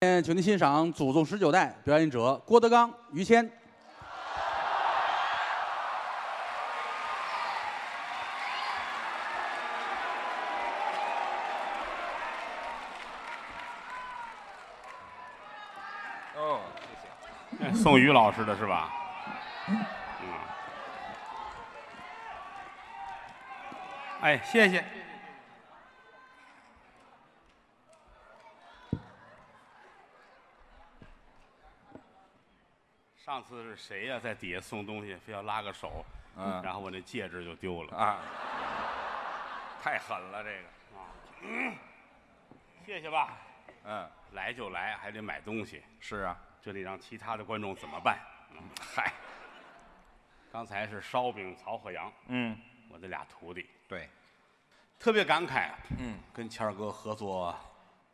面请您欣赏《祖宗十九代》表演者郭德纲、于谦。哦，谢谢。哎宋宇老师的是吧？嗯。哎，谢谢。上次是谁呀、在底下送东西，非要拉个手，嗯然后我那戒指就丢了。啊，太狠了这个，啊嗯谢谢吧，嗯，来就来，还得买东西，是啊，这得让其他的观众怎么办？嗯嗨，刚才是烧饼曹鹤阳，嗯，我的俩徒弟，对，特别感慨，啊嗯，跟谦儿哥合作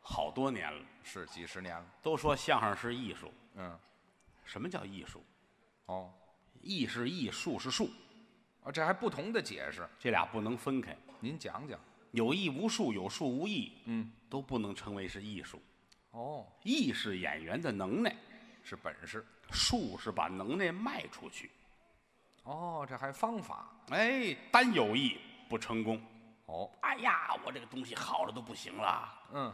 好多年了。是几十年了，都说相声是艺术，嗯，什么叫艺术？哦，艺是艺，术是术，啊，这还不同的解释，这俩不能分开。您讲讲。有艺无术，有术无艺，嗯，都不能称为是艺术。哦，艺是演员的能耐，是本事。术是把能耐卖出去。哦，这还方法。哎，单有艺不成功。哦，哎呀，我这个东西好的都不行了，嗯，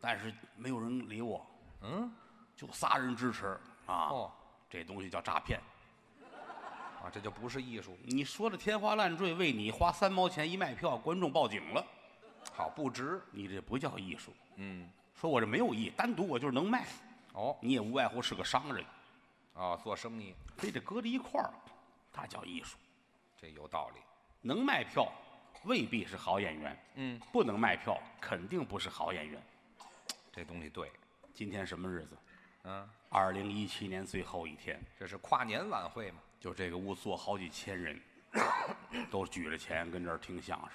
但是没有人理我，嗯，就仨人支持啊。哦，这东西叫诈骗。啊，这就不是艺术，你说的天花乱坠，为你花三毛钱一卖票，观众报警了，好不值。你这不叫艺术。嗯，说我这没有艺，单独我就是能卖，哦，你也无外乎是个商人，啊，做生意非得搁在一块儿，它叫艺术。这有道理。能卖票未必是好演员，嗯，不能卖票肯定不是好演员。这东西对。今天什么日子？嗯，二零一七年最后一天，这是跨年晚会嘛？就这个屋坐好几千人，都举着钱跟这儿听相声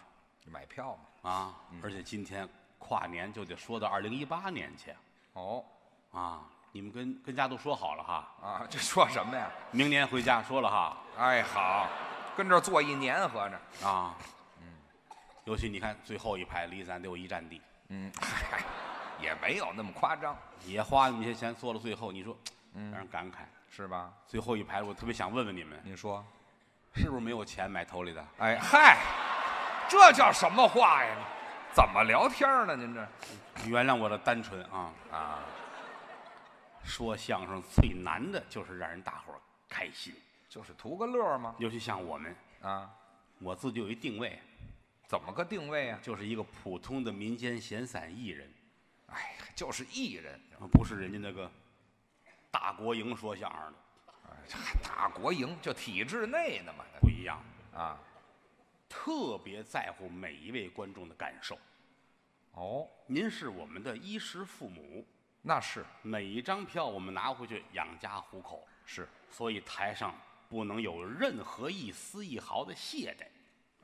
买票嘛。啊！而且今天跨年就得说到二零一八年去哦，啊！你们跟跟家都说好了哈，啊， 这说什么呀？明年回家说了哈。哎，好，跟这儿坐一年合着。啊，尤其你看最后一排离咱得有一站地，嗯，嗨，也没有那么夸张，也花那么些钱坐到最后，你说，让人感慨。是吧？最后一排，我特别想问问你们，您说。是不是没有钱买头里的？哎嗨，这叫什么话呀？怎么聊天呢？您这原谅我的单纯啊！啊，说相声最难的就是让人大伙儿开心，就是图个乐儿吗？尤其像我们，啊，我自己有一定位，怎么个定位啊？就是一个普通的民间闲散艺人，呃哎，就是艺人，不是人家那个大国营说相声的这大国营就体制内的嘛。不一样，啊，特别在乎每一位观众的感受。哦，您是我们的衣食父母，那是每一张票我们拿回去养家糊口，是，所以台上不能有任何一丝一毫的懈怠，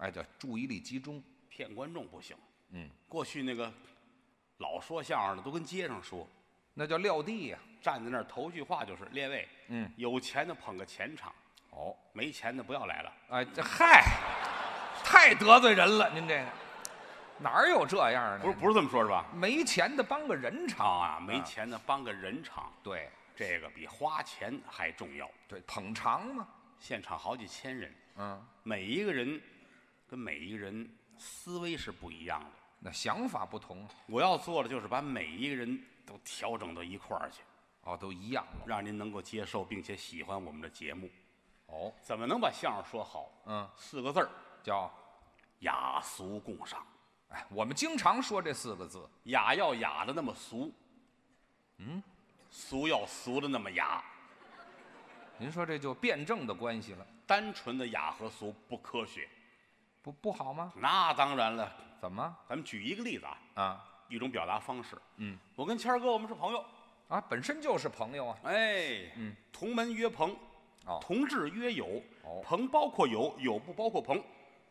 哎，叫注意力集中。骗观众不行。嗯，过去那个老说相声的都跟街上说，那叫撂地呀、站在那儿头句话就是列位，嗯，有钱的捧个钱场，哦，没钱的不要来了。哎，这嗨，太得罪人了，您这个哪儿有这样的？不是不是这么说，是吧？没钱的帮个人场。啊，没钱的帮个人场，对这个比花钱还重要。对，捧场嘛。现场好几千人，嗯，每一个人跟每一个人思维是不一样的。那想法不同，我要做的就是把每一个人都调整到一块儿去，哦，都一样了。让您能够接受并且喜欢我们的节目。哦，怎么能把相声说好？嗯，四个字儿：叫雅俗共赏。哎，我们经常说这四个字。雅要雅的那么俗，嗯，嗯俗要俗的那么雅。您说这就辩证的关系了，单纯的雅和俗不科学。不不好吗？那当然了，怎么咱们举一个例子啊，啊一种表达方式。嗯，我跟谦儿哥我们是朋友，啊？本身就是朋友啊。哎，嗯，同门曰朋，哦同志曰友哦，朋包括友，友不包括朋。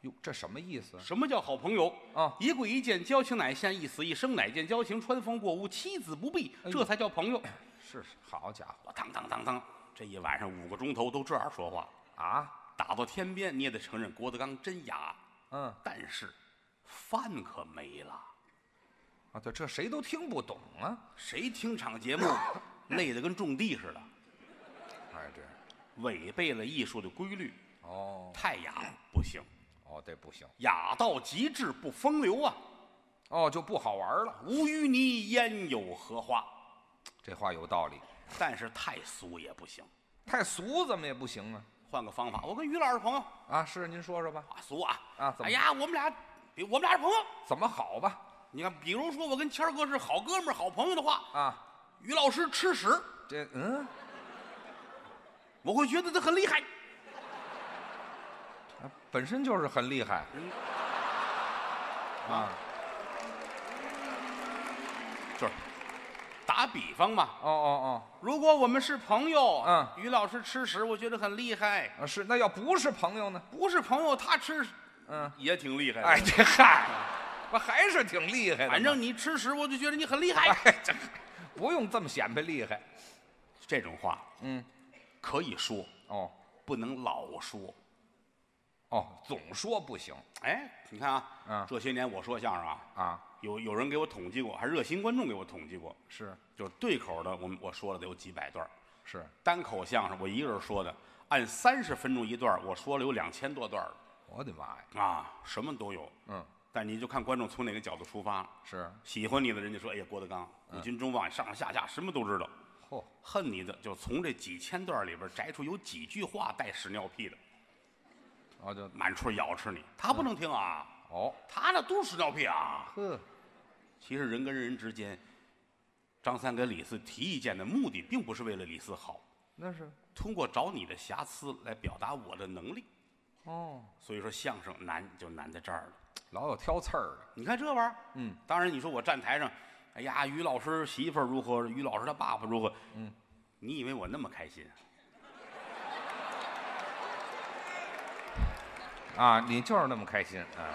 哟，这什么意思什么叫好朋友啊一跪一见，交情乃现；一死一生，乃见交情。穿风过屋，妻子不避，哎呦这才叫朋友。是好家我当当当当，这一晚上五个钟头都这样说话，伙啊！打到天边，你也得承认郭德纲真雅。嗯，但是，饭可没了，啊，对，这谁都听不懂啊。谁听场 节目累得跟种地似的，哎，对，违背了艺术的规律，哦太雅不行，哦，这不行，雅到极致不风流啊！哦就不好玩了。无淤泥焉有荷花？这话有道理，但是太俗也不行，太俗怎么也不行啊。换个方法，我跟于老师朋友啊，是您说说吧，啊，俗啊啊怎么哎呀，我们俩比我们俩是朋友。怎么好吧？你看，比如说我跟谦儿哥是好哥们儿、好朋友的话，啊，于老师吃屎，这嗯，我会觉得他很厉害。啊本身就是很厉害嗯啊。就是打比方嘛，哦哦如果我们是朋友，嗯于老师吃屎，我觉得很厉害；哦，啊是，那要不是朋友呢？不是朋友，他吃屎嗯，也挺厉害的。哎，这嗨，我还是挺厉害的嘛。反正你吃屎，我就觉得你很厉害。哎，这不用这么显摆厉害。这种话嗯，可以说，哦不能老说。哦，总说不行哎，你看啊，嗯这些年我说相声啊，啊，有有人给我统计过，还热心观众给我统计过，是就是对口的，我们我说了得有几百段儿是，单口相声我一个人说的，按三十分钟一段儿，我说了有两千多段儿了我的妈呀，啊，什么都有。嗯，但你就看观众从哪个角度出发了。是，喜欢你的人就说：“哎呀，郭德纲，你军中望，上上下下什么都知道。嚯、”恨你的就从这几千段里边摘出有几句话带屎尿屁的，哦就满处咬吃你。他不能听啊，哦，他那都是屎尿屁啊。呵，其实人跟人之间，张三给李四提意见的目的，并不是为了李四好，那是通过找你的瑕疵来表达我的能力。哦，所以说相声难就难在这儿了。老有挑刺儿的，你看这玩意儿，嗯，当然你说我站台上，哎呀，于老师媳妇儿如何，于老师他爸爸如何，嗯，你以为我那么开心啊？啊，你就是那么开心啊，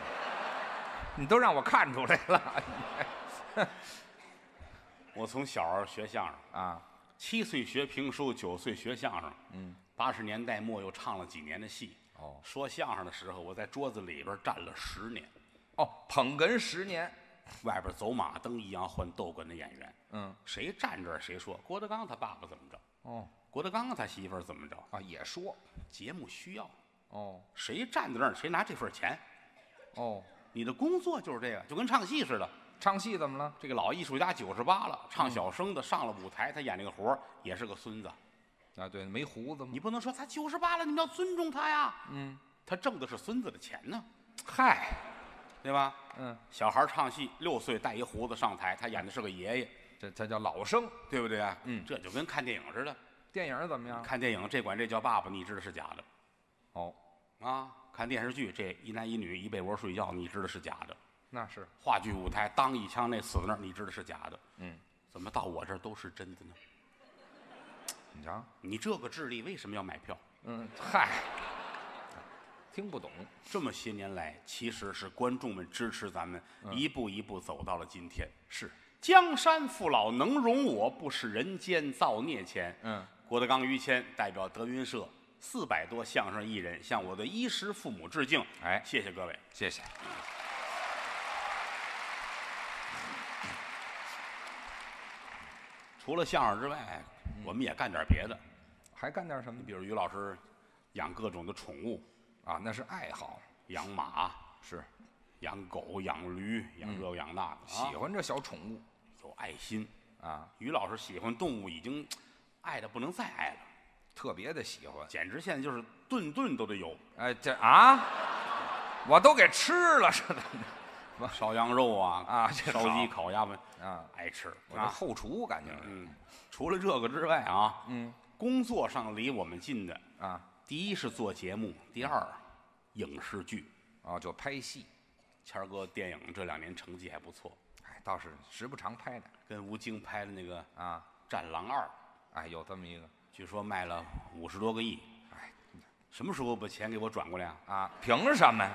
你都让我看出来了我从小儿学相声， 啊，七岁学评书，九岁学相声，嗯，八十年代末又唱了几年的戏。哦说相声的时候，我在桌子里边站了十年，哦，捧哏十年，外边走马灯一样换逗哏的演员，嗯，谁站这儿谁说郭德纲他爸爸怎么着，哦郭德纲他媳妇儿怎么着，啊也说，节目需要，哦谁站在那儿谁拿这份钱，哦，你的工作就是这个，就跟唱戏似的。唱戏怎么了？这个老艺术家九十八了，嗯唱小生的上了舞台，他演这个活儿也是个孙子。啊对，没胡子吗你？不能说他九十八了，你们要尊重他呀。嗯，他挣的是孙子的钱呢，嗨，对吧？嗯，小孩儿唱戏，六岁带一胡子上台，他演的是个爷爷，这这叫老生，对不对啊？嗯这就跟看电影似的，电影怎么样？看电影这管这叫爸爸，你知道是假的哦，啊；看电视剧这一男一女一被窝睡觉，你知道是假的；那是话剧舞台当一枪那死在那儿，你知道是假的。嗯，怎么到我这儿都是真的呢？你瞧，你这个智力为什么要买票？嗯，嗨， 听不懂，这么些年来，其实是观众们支持咱们一步一步走到了今天。是，江山父老能容我，不使人间造孽钱。嗯，郭德纲、于谦代表德云社四百多相声艺人向我的衣食父母致敬。哎谢谢各位。谢谢。除了相声之外，我们也干点别的，还干点什么比如于老师养各种的宠物，啊？那是爱好，养马、是养狗、养驴、养这个养那个，嗯喜啊欢这小宠物有爱心。啊，于老师喜欢动物，已经爱的不能再爱了。特别的喜欢。简直现在就是顿顿都得有哎，这啊，我都给吃了是怎么烧羊肉啊啊这烧好鸡、烤鸭们着啊？爱吃我这啊。后厨感觉是嗯，除了这个之外啊，嗯，工作上离我们近的，啊，第一是做节目，第二影视剧。哦，就拍戏，谦儿哥电影这两年成绩还不错，哎，倒是时不常拍的跟吴京拍的那个《啊。战狼二》，哎，有这么一个，据说卖了五十多个亿。哎什么时候把钱给我转过来啊？啊，凭什么呀？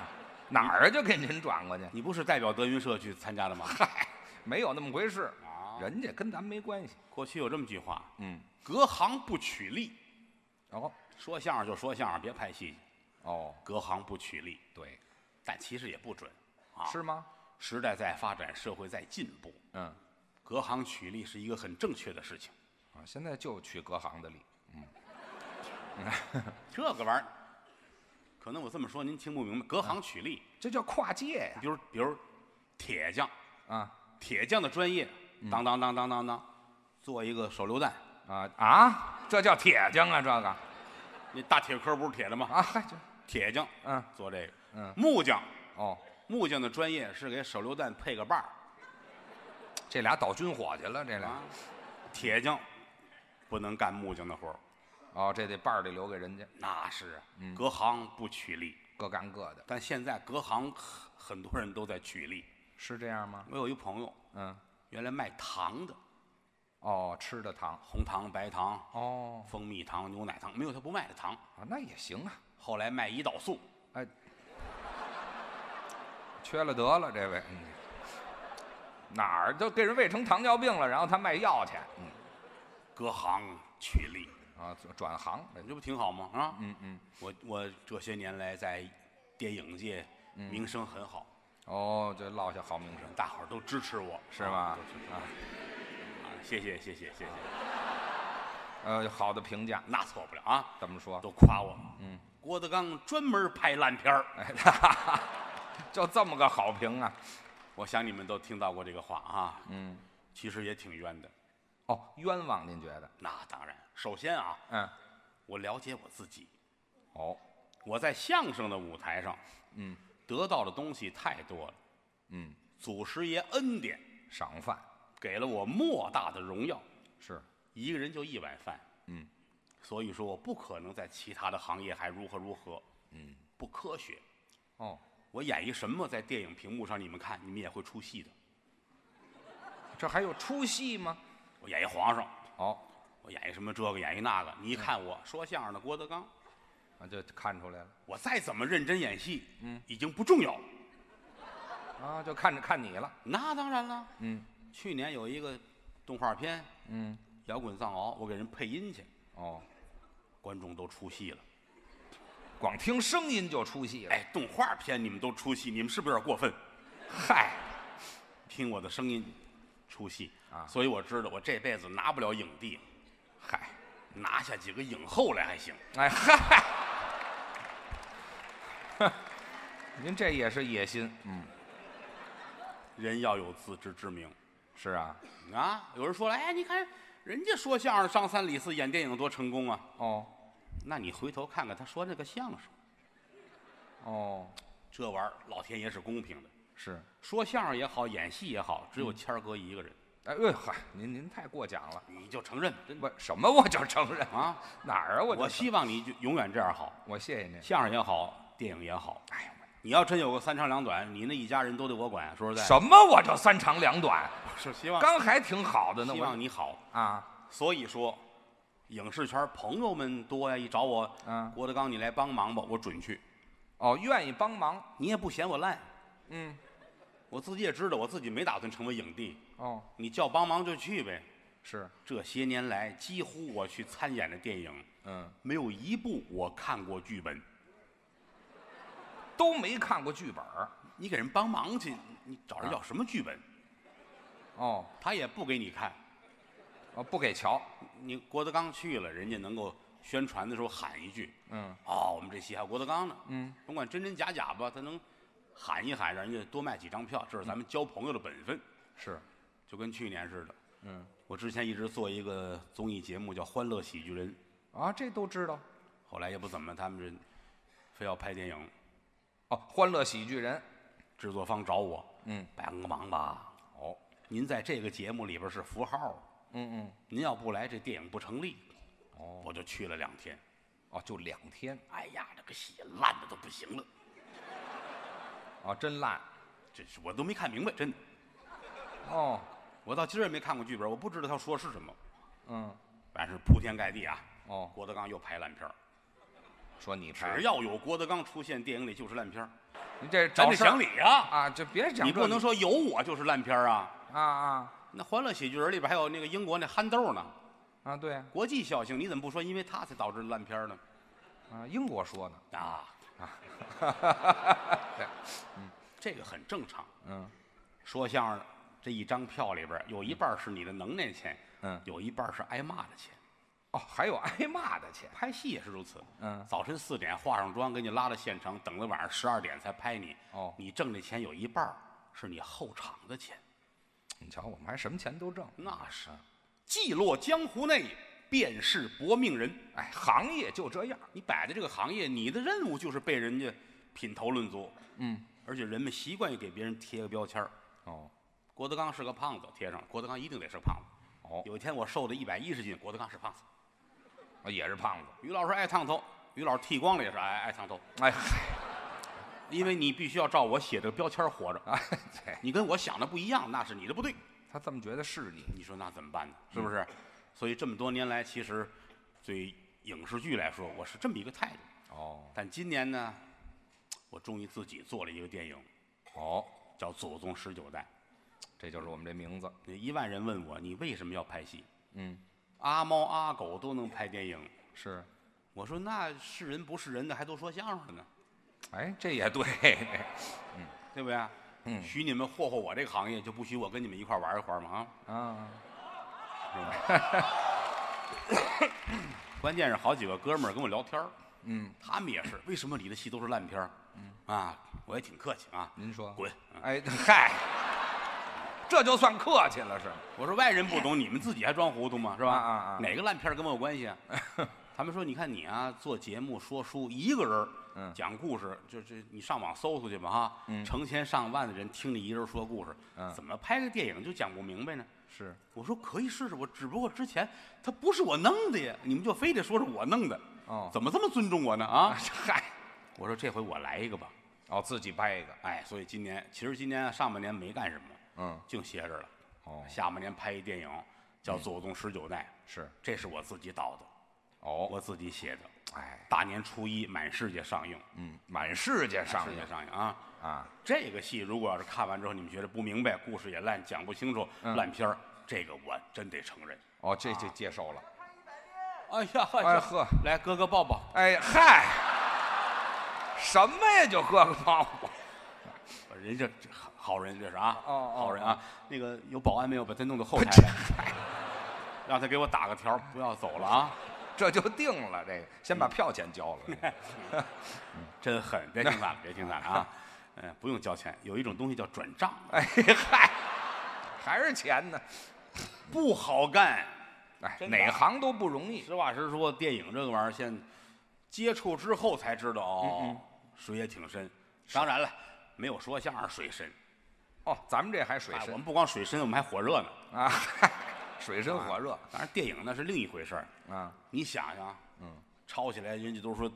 哪儿就给您转过去？你不是代表德云社去参加的吗？ 嗨，没有那么回事，啊，人家跟咱没关系。过去有这么句话，嗯，隔行不取利。哦说相声就说相声，别拍戏去。哦，隔行不取利，对，但其实也不准啊。是吗？时代在发展，社会在进步，嗯，隔行取利是一个很正确的事情。啊，现在就取隔行的例，这个玩意儿，可能我这么说您听不明白。隔行取利，这叫跨界呀、比如比如铁匠，啊！铁匠的专业，当当当当当当，做一个手榴弹，啊啊！这叫铁匠啊，这个那大铁壳不是铁的吗？啊，嗨，这铁匠，嗯，做这个，嗯，木匠，哦，木匠的专业是给手榴弹配个把儿这俩倒军火去了，这俩啊。铁匠不能干木匠的活儿，哦，这得伴儿得留给人家，那是啊嗯隔行不取利。各干各的，但现在隔行 很很多人都在取利。是这样吗？我有一朋友，嗯，原来卖糖的，哦，吃的糖，红糖、白糖、哦，蜂蜜糖、牛奶糖，没有他不卖的糖。啊，那也行啊，后来卖胰岛素，哎，缺了得了，这位，嗯，哪儿都给人喂成糖尿病了，然后他卖药去，嗯隔行取利，啊，转转行，这这不挺好吗？啊，嗯嗯，我我这些年来在电影界嗯名声很好，哦，这落下好名声大伙儿都支持我，是吗啊都支？持啊，我啊谢谢谢谢谢谢，呃，好的评价那错不了啊，怎么说？都夸我。嗯，郭德纲专门拍烂片儿，哎，哈哈哈就这么个好评啊！我想你们都听到过这个话啊。嗯，其实也挺冤的。哦，冤枉您觉得？那当然，首先啊，嗯，我了解我自己，哦，我在相声的舞台上，嗯，得到的东西太多了。嗯，祖师爷恩典赏饭给了我莫大的荣耀，是，一个人就一碗饭。嗯，所以说我不可能在其他的行业还如何如何。嗯，不科学。哦，我演一什么在电影屏幕上你们看，你们也会出戏的。这还有出戏吗？我演一皇上，哦，我演一什么这个，演一那个。你一嗯看我说相声的郭德纲，啊，就看出来了我再怎么认真演戏，嗯，已经不重要。啊，就看着看你了，那当然了。嗯，去年有一个动画片《嗯，摇滚藏獒》，我给人配音去，哦，观众都出戏了。光听声音就出戏了，哎，动画片你们都出戏，你们是不是有点过分？嗨，听我的声音出戏啊所以我知道我这辈子拿不了影帝，嗨，拿下几个影后来还行。哎嗨，哼 您这也是野心，嗯，人要有自知之明是啊，啊！有人说了，哎，你看人家说相声张三李四演电影多成功啊，哦那你回头看看他说那个相声，哦，这玩意儿老天爷是公平的，是，说相声也好，演戏也好，只有嗯谦儿哥一个人，哎呦嗨，您您太过奖了，你就承认真的我什么我就承认啊！哪儿啊我就我希望你就永远这样好，我谢谢您，相声也好，电影也好。哎呀。你要真有个三长两短，你那一家人都得我管。说实在，什么我就三长两短？是希望刚还挺好的呢，希我望你好。啊，所以说，影视圈朋友们多呀，一找我，嗯郭德纲你来帮忙吧，我准去。哦，愿意帮忙，你也不嫌我烂，嗯，我自己也知道我自己没打算成为影帝，哦，你叫帮忙就去呗。是，这些年来，几乎我去参演的电影，嗯，没有一部我看过剧本。都没看过剧本儿你给人帮忙去，你找啊人要什么剧本？哦，他也不给你看。哦，不给瞧，你郭德纲去了，人家能够宣传的时候喊一句嗯，：“哦，我们这戏还有郭德纲呢。”嗯，甭管真真假假吧，他能喊一喊，让人家多卖几张票，这是咱们交朋友的本分。是，就跟去年似的，嗯，我之前一直做一个综艺节目叫《欢乐喜剧人》，啊，这都知道，后来也不怎么，他们这非要拍电影，哦，欢乐喜剧人，制作方找我，嗯，帮个忙吧。哦，您在这个节目里边是符号，嗯嗯，您要不来，这电影不成立。哦，我就去了两天，哦，就两天，哎呀，这个戏烂的都不行了。哦，真烂，这是我都没看明白，真的，哦，我到今儿也没看过剧本，我不知道他说是什么，嗯，反正是铺天盖地啊。哦，郭德纲又拍烂片儿，说你拍只，要有郭德纲出现，电影里就是烂片儿，你这咱找得事儿讲理啊！啊，就别讲你这不能说有我就是烂片儿啊！啊啊那《欢乐喜剧人》里边还有那个英国那憨豆呢，啊，对啊国际笑星，你怎么不说因为他才导致烂片儿呢？啊，英国说呢，啊，啊，对 这个很正常。嗯，说相声的这一张票里边儿有一半儿是你的能耐钱，嗯有一半儿是挨骂的钱。哦，还有挨骂的钱，拍戏也是如此，嗯早晨四点化上妆给你拉到现场，等到晚上十二点才拍你。哦你挣的钱有一半儿是你后场的钱，你瞧我们还什么钱都挣，那是嗯既落江湖内，便是薄命人。哎，行业就这样，你摆在这个行业，你的任务就是被人家品头论足，嗯，而且人们习惯于给别人贴个标签儿。哦郭德纲是个胖子，贴上郭德纲一定得是胖子。哦，有一天我瘦到一百一十斤，郭德纲是胖子。也是胖子，于老师爱烫头，于老师剃光了也是爱爱烫头，哎嗨因为你必须要照我写的标签儿活着。哎，对，你跟我想的不一样，那是你的不对。他这么觉得是你，你说那怎么办呢？是不是？所以这么多年来，其实对影视剧来说，我是这么一个态度。哦但今年呢，我终于自己做了一个电影，哦，叫《祖宗十九代这就是我们这名字，》。一万人问我，你为什么要拍戏？嗯，阿猫阿狗都能拍电影，是，我说那是人不是人的，还都说相声的呢，哎，这也对，对不对？嗯，许你们霍霍我这个行业，就不许我跟你们一块儿玩一会儿吗？啊，啊，关键是好几个哥们儿跟我聊天儿嗯，他们也是，为什么你的戏都是烂片儿？啊，我也挺客气啊。您说，滚哎嗨，这就算客气了是吗？我说外人不懂，你们自己还装糊涂 吗？是吧？啊啊啊哪个烂片儿跟我有关系 啊？他们说，你看你啊，做节目说书，一个人儿嗯讲故事，就这你上网搜搜去吧哈，嗯成千上万的人听你一人说故事，嗯怎么拍个电影就讲不明白呢？是，我说可以试试，我只不过之前他不是我弄的呀，你们就非得说是我弄的，哦怎么这么尊重我呢？啊， 嗨，我说这回我来一个吧，哦，自己掰一个，哎，所以今年其实今年啊上半年没干什么，嗯，净歇着了，哦，下半年拍一电影叫《嗯祖宗十九代》。是，这是我自己导的，哦，我自己写的。哎，大年初一满世界上映，嗯，满世界上世映界上映啊！啊，这个戏如果要是看完之后你们觉得不明白，故事也烂，讲不清楚，嗯烂片儿，这个我真得承认。哦，这这接受了，哎呀，哎呵，来哥哥抱抱，哎嗨，什么呀，就喝个泡沫，人家这好好人这是啊，哦哦好人啊。那个有保安没有？把他弄到后台来， 让他给我打个条儿，不要走了啊！这就定了，这个先嗯把票钱交 了，真狠，别听他了，别听他了 啊！嗯，不用交钱，有一种东西叫转账，哎嗨，还是钱呢，不好干。哎，真的哪行都不容易，实话实说，电影这个玩意儿，现在接触之后才知道嗯哦，水也挺深。当然了，没有说相声水深，哦，咱们这还水哎，我深们不光水深，我们还火热呢。啊，嗨水深啊火热当然，电影那是另一回事儿。啊，你想想，嗯，抄起来，人家都说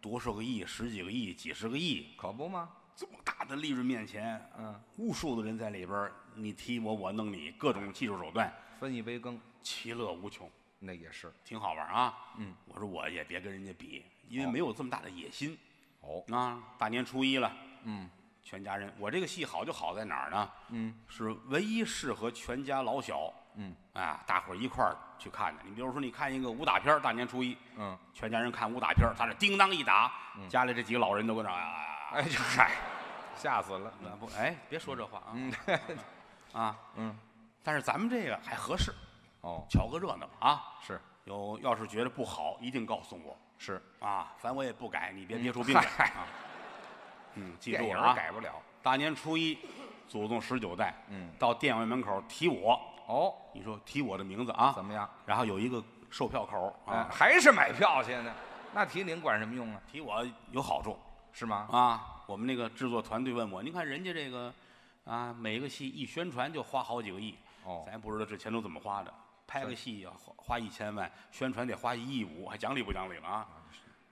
多少个亿、十几个亿、几十个亿，可不吗？这么大的利润面前，嗯，无数的人在里边儿，你踢我，我弄你，各种技术手段，分一杯羹，其乐无穷，那也是挺好玩儿啊。嗯，我说我也别跟人家比，因为没有这么大的野心。哦，啊，大年初一了，嗯，全家人，我这个戏好就好在哪儿呢？嗯，是唯一适合全家老小，嗯，啊，大伙儿一块儿去看的。你比如说，你看一个武打片儿大年初一，嗯，全家人看武打片儿他这叮当一打，家里这几个老人都跟那儿啊，哎呀嗨，吓死了，啊不，哎，别说这话啊，嗯， 啊，嗯，但是咱们这个还合适，哦，瞧个热闹啊。是有要是觉得不好，一定告诉我是，啊，反正我也不改，你别憋出嗯病来嗨啊。嗯，记电住影了啊，改不了，大年初一，祖宗十九代，嗯，到店院门口提我，哦，你说提我的名字啊怎，么样？然后有一个售票口哎，啊，还是买票去呢？那提您管什么用啊？提我有好处是吗？啊。我们那个制作团队问我，您看人家这个啊，每个戏一宣传就花好几个亿，哦咱也不知道这钱都怎么花的。拍个是戏要花花一千万，宣传得花一亿五，还讲理不讲理了啊？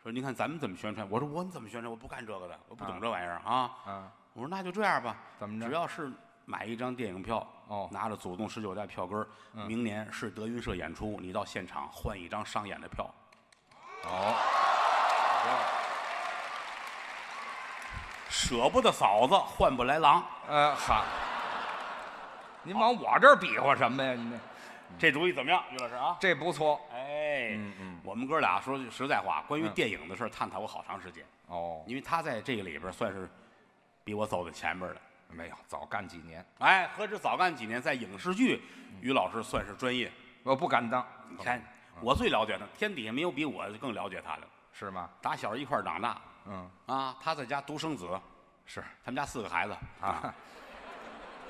说您看咱们怎么宣传？我说我怎么宣传？我不干这个的，我不懂这玩意儿啊。啊，我说那就这样吧，怎么着只要是买一张电影票，哦嗯拿着祖宗十九代票根儿，明年是德云社演出，你到现场换一张商演的票。哦，舍不得嫂子换不来 郎，呃，好，您往我这儿比划什么呀？您这这主意怎么样，于老师啊？这不错哎，嗯嗯我们哥俩说句实在话，关于嗯电影的事儿探讨过好长时间，哦，因为他在这个里边儿算是比我走在前边儿的。没有，早干几年，哎，何止早干几年，在影视剧，嗯于老师算是专业。我不敢当。你看，我最了解他，天底下没有比我更了解他的。是吗？打小一块儿长大嗯，啊，他在家独生子，是他们家四个孩子啊，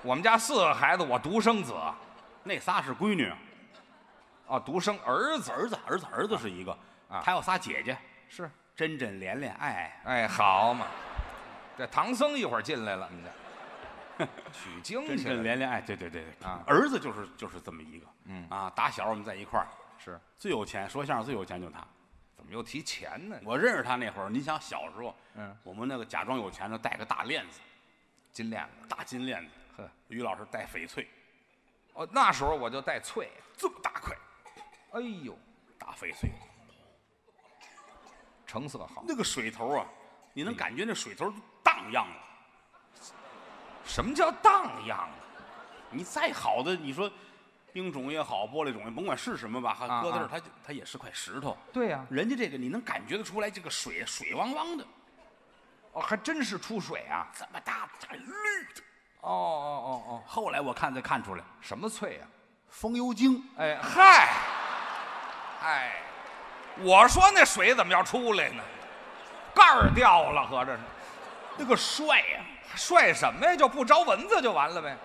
我们家四个孩子，我独生子， 那仨是闺女，哦，独生儿子，儿子，儿子，儿子是一个，啊他有仨姐姐，是，珍珍、莲莲、爱哎，好嘛，这唐僧一会儿进来了，你这 取经珍去珍、了莲莲、爱，对对对对啊儿子就是就是这么一个，嗯啊，打小我们在一块儿，是？最有钱，说相声最有钱就他。怎么又提钱呢？我认识他那会儿，你想小时候，嗯，我们那个假装有钱的戴个大链子，金链子，大金链子，呵，于老师戴翡翠，哦，那时候我就戴翠，这么大块哎呦，大翡翠，成色好，那个水头啊，嗯你能感觉那水头荡漾了。什么叫荡漾啊？你再好的，你说冰种也好，玻璃种也甭管是什么吧，啊哈，搁在这儿啊它就它也是块石头。对呀、人家这个你能感觉得出来，这个水水汪汪的，哦，还真是出水啊！这么大大绿的。哦哦哦哦，后来我看才看出来，什么翠啊？风油精。哎嗨，哎，我说那水怎么要出来呢？盖儿掉了，合着是那个帅呀、帅什么呀？就不招蚊子就完了呗。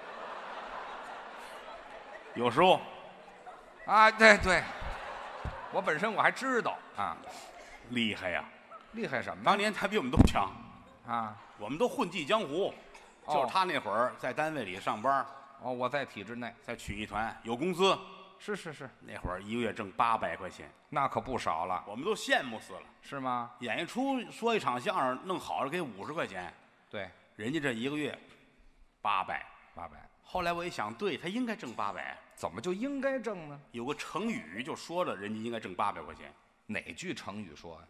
有时候啊，对对，我本身我还知道啊，厉害呀、厉害什么当年他比我们都强，啊？我们都混迹江湖。哦就是他那会儿在单位里上班，哦，我在体制内，在曲艺团有工资，是是是，那会儿一个月挣八百块钱，那可不少了，我们都羡慕死了。是吗？演一出说一场相声，弄好了给五十块钱，对，人家这一个月八百。八百，后来我一想，对他应该挣八百。怎么就应该挣呢？有个成语就说了，人家应该挣八百块钱，哪句成语说呀、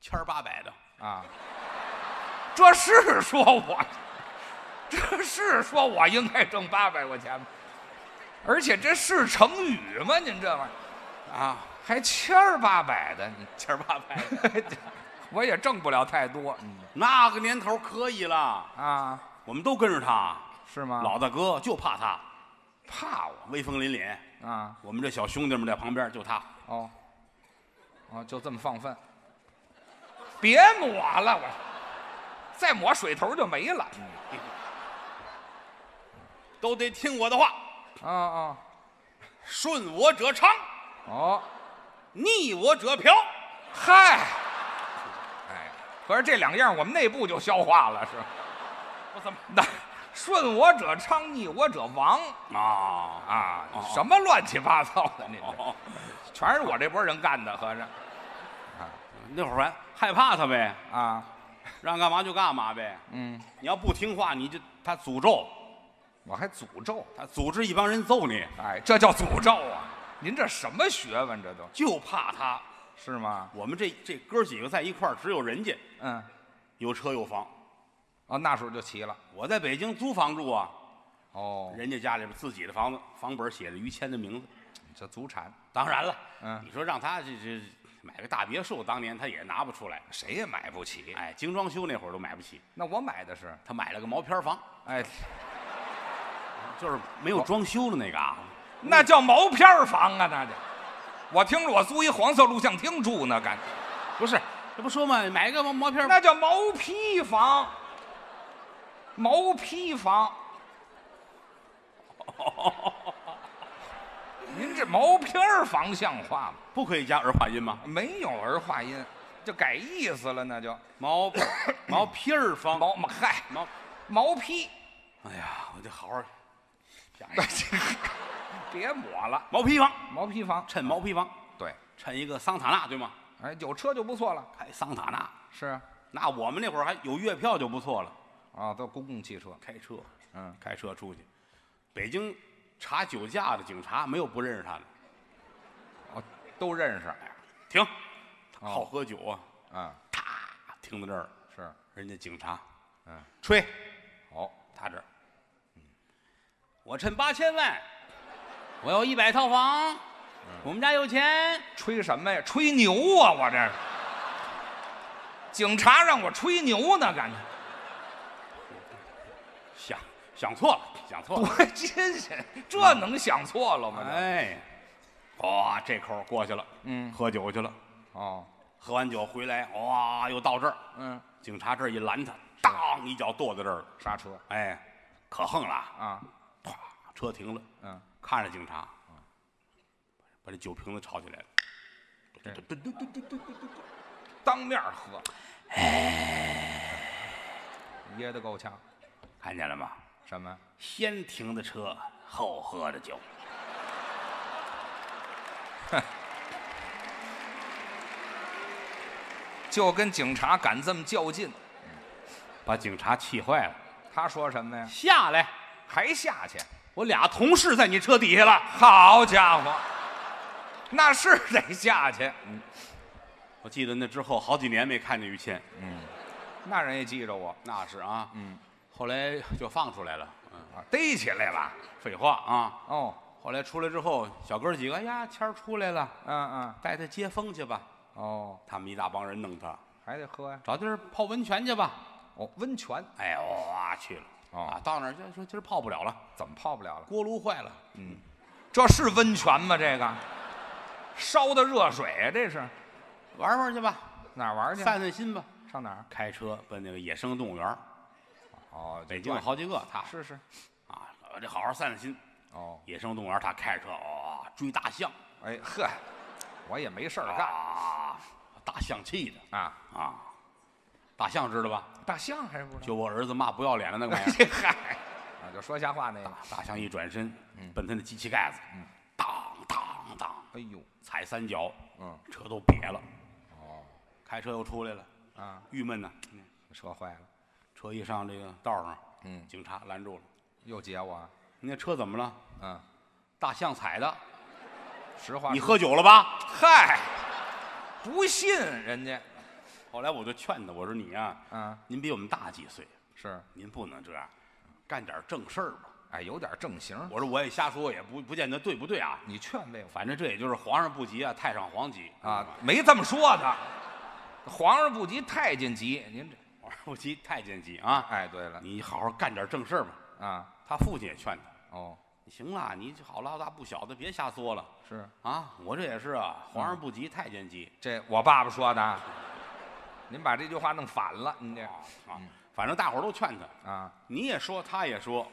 千儿八百的。啊，这是说我，这是说我应该挣八百块钱吗？而且这是成语吗？您这玩意儿啊，还千儿八百的，你 千儿八百的， 我也挣不了太多，嗯那个年头可以了，啊，我们都跟着他，是吗？老大哥就怕他，怕我威风凛凛。啊，我们这小兄弟们在旁边，就他，哦，哦，就这么放粪，别抹了，我再抹水头就没了。嗯都得听我的话，啊啊，顺我者昌，哦，逆我者嫖。嗨，哎，合着这两样我们内部就消化了，是吧？我怎么那顺我者昌，逆我者亡啊 啊！哦什么乱七八糟的，你这哦，全是我这波人干的，合着那会儿还害怕他呗，啊，让干嘛就干嘛呗。嗯，你要不听话，你就他诅咒，我还诅咒，他组织一帮人揍你，哎，这叫诅咒啊！您这什么学问？这都就怕他。是吗？我们这这哥几个在一块儿，只有人家嗯，有车有房。哦，那时候就齐了。我在北京租房住啊，哦，人家家里边自己的房子，房本写着于谦的名字。这祖产当然了，嗯你说让他这这买个大别墅，当年他也拿不出来。谁也买不起。哎，精装修那会儿都买不起，那我买的是，他买了个毛坯房，哎，就是没有装修的那个啊。那叫毛片儿房啊，那就。我听着我租一黄色录像厅住呢，感觉不是，这不说嘛，买个毛毛坯房，那叫毛坯房，毛坯房。您这毛坯儿房像话吗？不可以加儿化音吗？没有儿化音，就改意思了，那就毛毛坯儿房，毛毛嗨毛，毛坯，哎呀，我得好好想一想别抹了，毛坯房，毛坯房。趁毛坯房，对，趁一个桑塔纳对吗？哎，有车就不错了。开桑塔纳，是啊，那我们那会儿还有月票就不错了，啊，都公共汽车。开车，嗯，开车出去，北京查酒驾的警察没有不认识他的，哦，都认识。停，他好喝酒啊，嗯，啊停在这儿，是。人家警察嗯，吹，好，他这儿，嗯，我趁八千万，我有一百套房，我们家有钱，吹什么呀？吹牛啊！我这是。 警察让我吹牛呢，感觉想想错了，想错了。多新鲜！这能想错了吗？这哎，哇、这口儿过去了，嗯喝酒去了，哦，喝完酒回来，哇、又到这儿，嗯，警察这儿一拦他，当一脚跺在这儿了，刹车哎，可横了啊，啊，车停了，嗯，看着警察，把这酒瓶子抄起来了，对嘟嘟嘟嘟嘟嘟嘟嘟当面喝，哎噎得够呛。看见了吗？什么？先停的车，后喝的酒。就跟警察敢这么较劲，把警察气坏了，他说什么呀？下来！还下去？我俩同事在你车底下了。好家伙，那是得下去。嗯我记得那之后好几年没看见于谦，那人也记着我那是啊，嗯，后来就放出来了。嗯，啊，逮起来了。废话啊，哦，后来出来之后，小哥几个，哎呀，谦儿出来了，嗯嗯，带他接风去吧。哦，他们一大帮人弄他，还得喝呀、找地儿泡温泉去吧。哦，温泉哎呦，哇去了。哦啊，到那儿就说今儿泡不了了，怎么泡不了了？锅炉坏了。这是温泉吗？这个烧的热水啊，这是玩玩去吧，哪儿玩去？散散心吧。上哪儿？开车奔那个野生动物园儿，哦，北京有好几个，他是是，啊，我这好好散散心。哦，野生动物园儿，他开着车哇追大象，哎呵，我也没事儿干啊，大象气的啊。啊，大象知道吧？大象还是不知道？就我儿子骂不要脸的那个玩意儿，这嗨，啊，就说瞎话那个。大象一转身，嗯奔他那机器盖子，当当当，哎呦，踩三脚，嗯，车都瘪了。哦，开车又出来了，啊，郁闷呐。车坏了，车一上这个道上，嗯警察拦住了。又截我啊，你那车怎么了？嗯，大象踩的。实话你实喝酒了吧？嗨，不信人家， 后来我就劝他，我说你呀、嗯，您比我们大几岁，是，您不能这样，干点正事儿吧。哎，有点正形，我说我也瞎说，也不不见得对不对啊。你劝慰我。反正这也就是皇上不急啊，太上皇急啊，没这么说的。皇上不急太监急，您这皇上不急，太监急啊。哎，对了你好好干点正事儿吧。啊，他父亲也劝他，哦，你行啦，你好老大不小的，别瞎作了是啊。我这也是啊，皇上不急，太监急这我爸爸说的啊，您把这句话弄反了，您这啊啊。反正大伙儿都劝他，啊，你也说，他也说，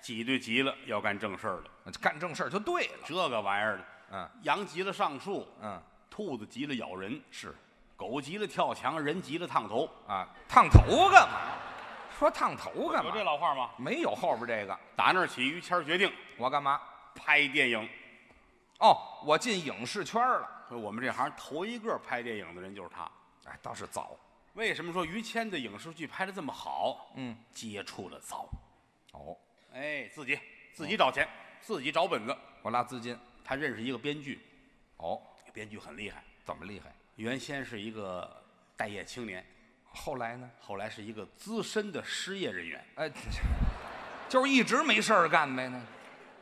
挤兑急了，要干正事儿了。干正事儿就对了，这个玩意儿的，嗯羊急了上树，嗯兔子急了咬人，是；狗急了跳墙，人急了烫头。啊，烫头干嘛？说烫头干有这嘛？老话吗？没有后边这个，打那儿起，于谦儿决定我干嘛？拍电影。哦，我进影视圈了，说我们这行头一个拍电影的人就是他。哎，倒是早，为什么说于谦的影视剧拍的这么好？嗯，接触的早，哦，哎，自己自己找钱，自己找本子。我拉资金，他认识一个编剧，哦，编剧很厉害，怎么厉害？原先是一个待业青年，后来呢？后来是一个资深的失业人员，哎， 就是一直没事儿干呗呢。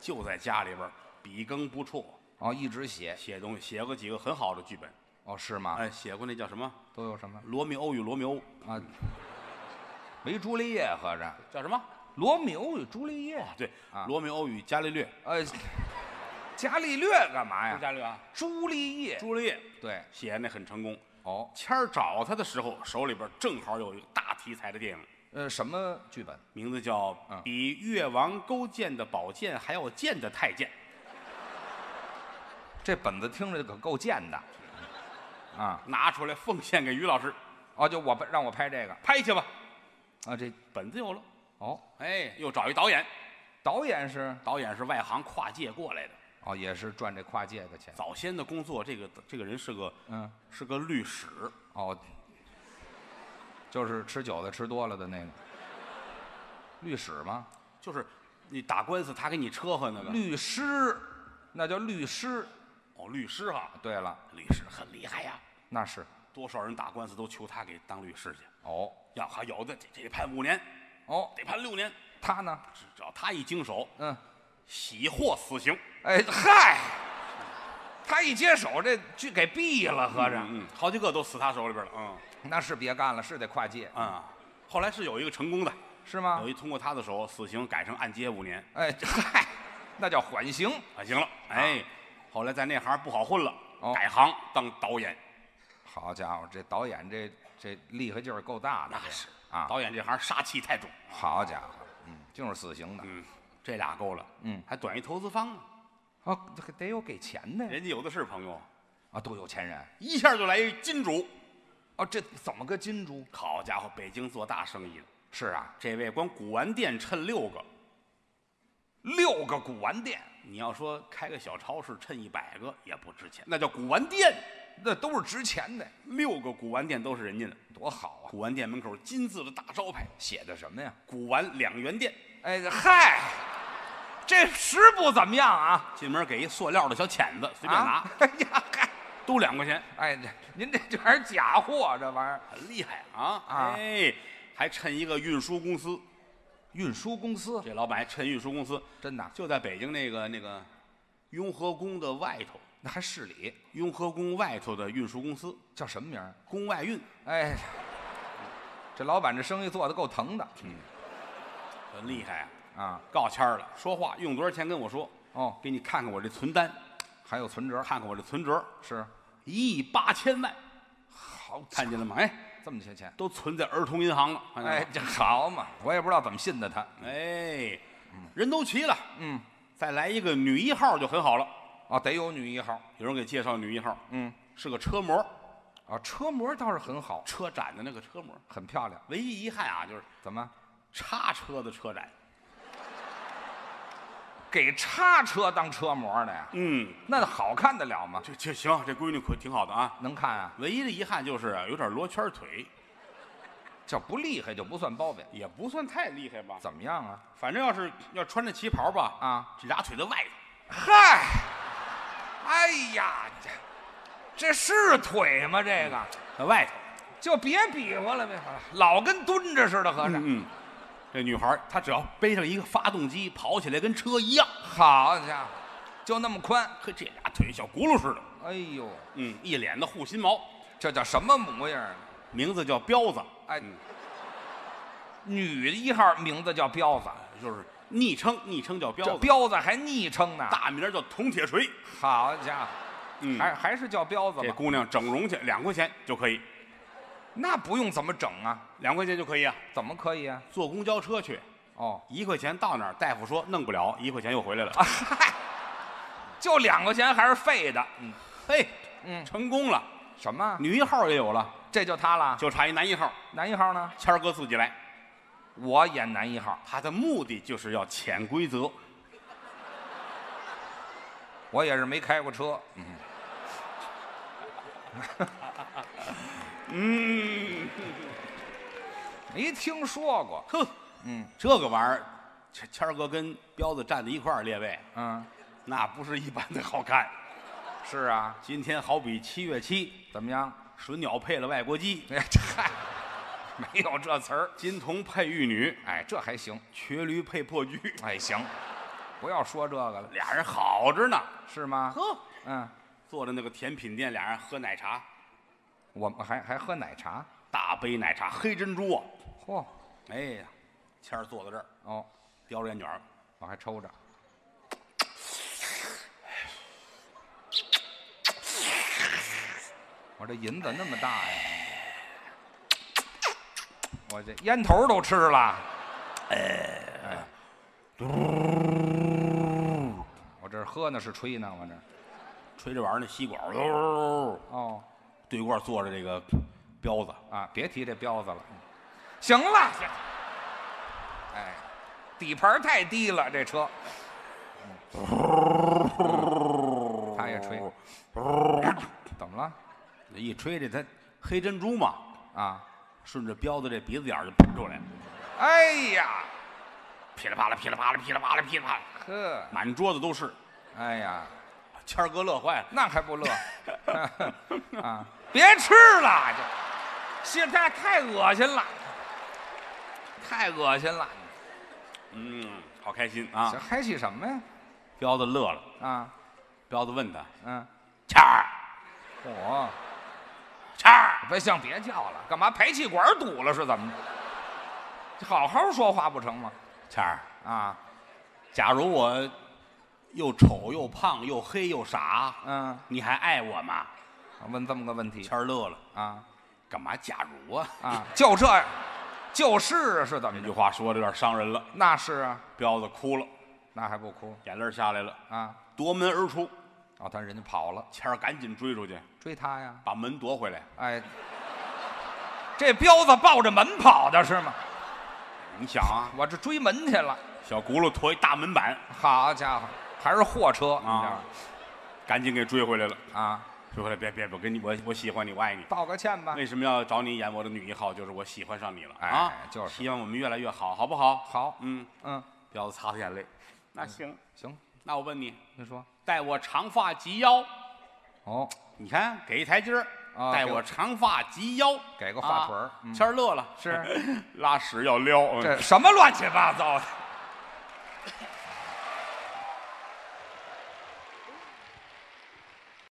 就在家里边儿笔耕不辍，哦，一直写。写东西，写过几个很好的剧本。哦，是吗？哎，写过那叫什么都有什么《罗密欧与罗密欧》，啊？没朱丽叶合着，叫什么？罗密欧与朱丽叶。对，啊罗密欧与伽利略》呃，伽利略干嘛不是呀？伽利略啊，朱丽叶。朱丽叶对，写的那很成功。哦，谦儿找他的时候，手里边正好有一个大题材的电影，呃，什么剧本？名字叫嗯《比越王勾践的宝剑还要贱的太监这本子听着可够贱的。啊，》，拿出来奉献给于老师，哦，就我拍让我拍这个拍去吧。啊，这本子有了，哦，哎，又找一导演，导演是导演是外行跨界过来的。哦，也是赚这跨界的钱。早先的工作，这个这个人是个嗯，是个律师，哦，就是吃酒的吃多了的那个律师吗？就是你打官司他给你车和那个律师，那叫律师。哦，律师哈、对了，律师很厉害呀，那是多少人打官司都求他给当律师去，哦要还有的这这得判五年，哦，得判六年，他呢？只只要他一经手，嗯，喜获死刑。哎嗨，他一接手这剧给毙了，合着、嗯，嗯好几个都死他手里边了，嗯那是别干了，是得跨界。啊、后来是有一个成功的，是吗有？一通过他的手，死刑改成按揭五年，哎，这嗨，那叫缓刑。啊，行了，哎，后来在那行不好混了，哦改行当导演。好家伙，这导演这这厉害劲儿够大的，这是啊，导演这行杀气太重，好家伙，嗯，就是死刑的嗯，这俩够了，嗯，还短一投资方呢，啊，这个得有给钱的呀人家有的是朋友，啊，都有钱人一下就来一金主，哦，这怎么个金猪？好家伙，北京做大生意了，是啊，这位光古玩店趁六个，六个古玩店，你要说开个小超市趁一百个也不值钱，那叫古玩店，那都是值钱的，六个古玩店都是人家的，多好啊！古玩店门口金字的大招牌，写的什么呀？古玩两元店，哎嗨，这食不怎么样啊？进门给一塑料的小钳子，随便拿，啊哎呀嗨，都两块钱，哎，这您这全是假货，这玩意儿。很厉害啊！啊哎，还趁一个运输公司，运输公司这老板还趁运输公司，真的，就在北京那个那个雍和宫的外头，那还市里雍和宫外头的运输公司，叫什么名儿？宫外运，哎，这老板这生意做的够疼的很厉害啊！啊！告签儿了，说话用多少钱跟我说，哦，给你看看我这存单，还有存折看看我这存折，是一亿八千万，好看见了吗？哎，这么些钱，都存在儿童银行了，看见了哎，吗这好嘛，我也不知道怎么信的他。哎，人都齐了，嗯，再来一个女一号就很好了。哦，得有女一号，有人给介绍女一号，嗯，是个车模，啊，车模倒是很好，车展的那个车模。很漂亮。唯一遗憾啊，就是怎么叉车的车展，给叉车当车模呢呀？嗯，那好看得了吗？这这行，这闺女可挺好的啊。能看啊，唯一的遗憾就是啊有点罗圈腿，这不厉害就不算褒贬。也不算太厉害吧。怎么样啊？反正要是要穿着旗袍吧，啊，这俩腿都外头。嗨，哎呀，这这是腿吗？这个在外头。就别比划了呗，老跟蹲着似的，合着。嗯，这女孩儿她只要背上一个发动机，跑起来跟车一样，好家伙，就那么宽，呵，这俩腿小轱辘似的。哎呦，嗯，一脸的护心毛，这叫什么模样啊？名字叫彪子，哎嗯，女一号名字叫彪子，就是昵称，昵称叫彪这子，彪子还昵称呢。大名儿叫铜铁锤。好家伙，嗯，还还是叫彪子这吧？姑娘整容去，两块钱就可以，那不用怎么整啊？两块钱就可以啊。怎么可以啊？坐公交车去，哦，一块钱到那儿，大夫说弄不了，一块钱又回来了。就两块钱还是废的。嗯嘿，嗯，哎成功了，什么？女一号也有了，这就他了？就差一男一号，男一号呢？谦儿哥自己来。我演男一号，他的目的就是要潜规则，我也是没开过车。 嗯，没听说过。哼，嗯这个玩意儿，谦谦儿哥跟彪子站在一块儿，列位，嗯，那不是一般的好看。是啊，今天好比七月七，怎么样？水鸟配了外国鸡，哎，这嗨，没有这词儿。金童配玉女，哎，这还行。瘸驴配破驹，哎，行，不要说这个了，俩人好着呢。是吗？呵，嗯，坐在那个甜品店，俩人喝奶茶，我们还还喝奶茶。大杯奶茶，黑珍珠啊。嚯、哎呀，谦儿坐在这儿，哦，叼着烟卷儿，我还抽着。我这银子那么大呀！我这烟头都吃了。哎，我这是喝呢，是吹呢，我这。吹着玩意儿那吸管，哦哦对过坐着这个彪子，啊，别提这彪子了。嗯行了，哎，底盘太低了，这车。嗯他也吹。怎么了？一吹这他黑珍珠嘛，啊，顺着彪子这鼻子眼儿就喷出来了，哎呀，噼里啪啦，噼里啪啦，噼里啪啦，噼里啪啦，呵，满桌子都是。哎呀，谦儿哥乐坏了，那还不乐？ 啊，别吃了，这现在太恶心了，太恶心了。嗯，好开心啊这！嗨气什么呀？彪子乐了，啊，彪子问他嗯，谦儿，我、谦儿，别像别叫了，干嘛排气管堵了是怎么着？好好说话不成吗？倩儿，啊，假如我又丑又胖又黑又傻，嗯，你还爱我吗？问这么个问题谦儿乐了，啊干嘛？假如啊，啊，就这，就是啊，是怎这么句着？话说的有点伤人了。那是啊，彪子哭了，那还不哭眼泪下来了，啊？夺门而出。哦，但人家跑了，谦儿赶紧追出去，追他呀，把门夺回来。哎，这彪子抱着门跑的是吗？你想啊，我这追门去了，小轱辘驮一大门板，好家伙，还是货车，你知道啊吗？赶紧给追回来了。啊，追回来，别别，我跟你，我我喜欢你，我爱你。道个歉吧。为什么要找你演我的女一号？就是我喜欢上你了哎啊！就是希望我们越来越好，好不好？好，嗯，嗯，彪子擦擦眼泪。那行，行，那我问你，您说。待我长发及腰，哦，你看给一台阶儿。啊待给我我长发及腰，给个发腿儿啊嗯谦儿乐了， 是拉屎要撩，嗯这什么乱七八糟的？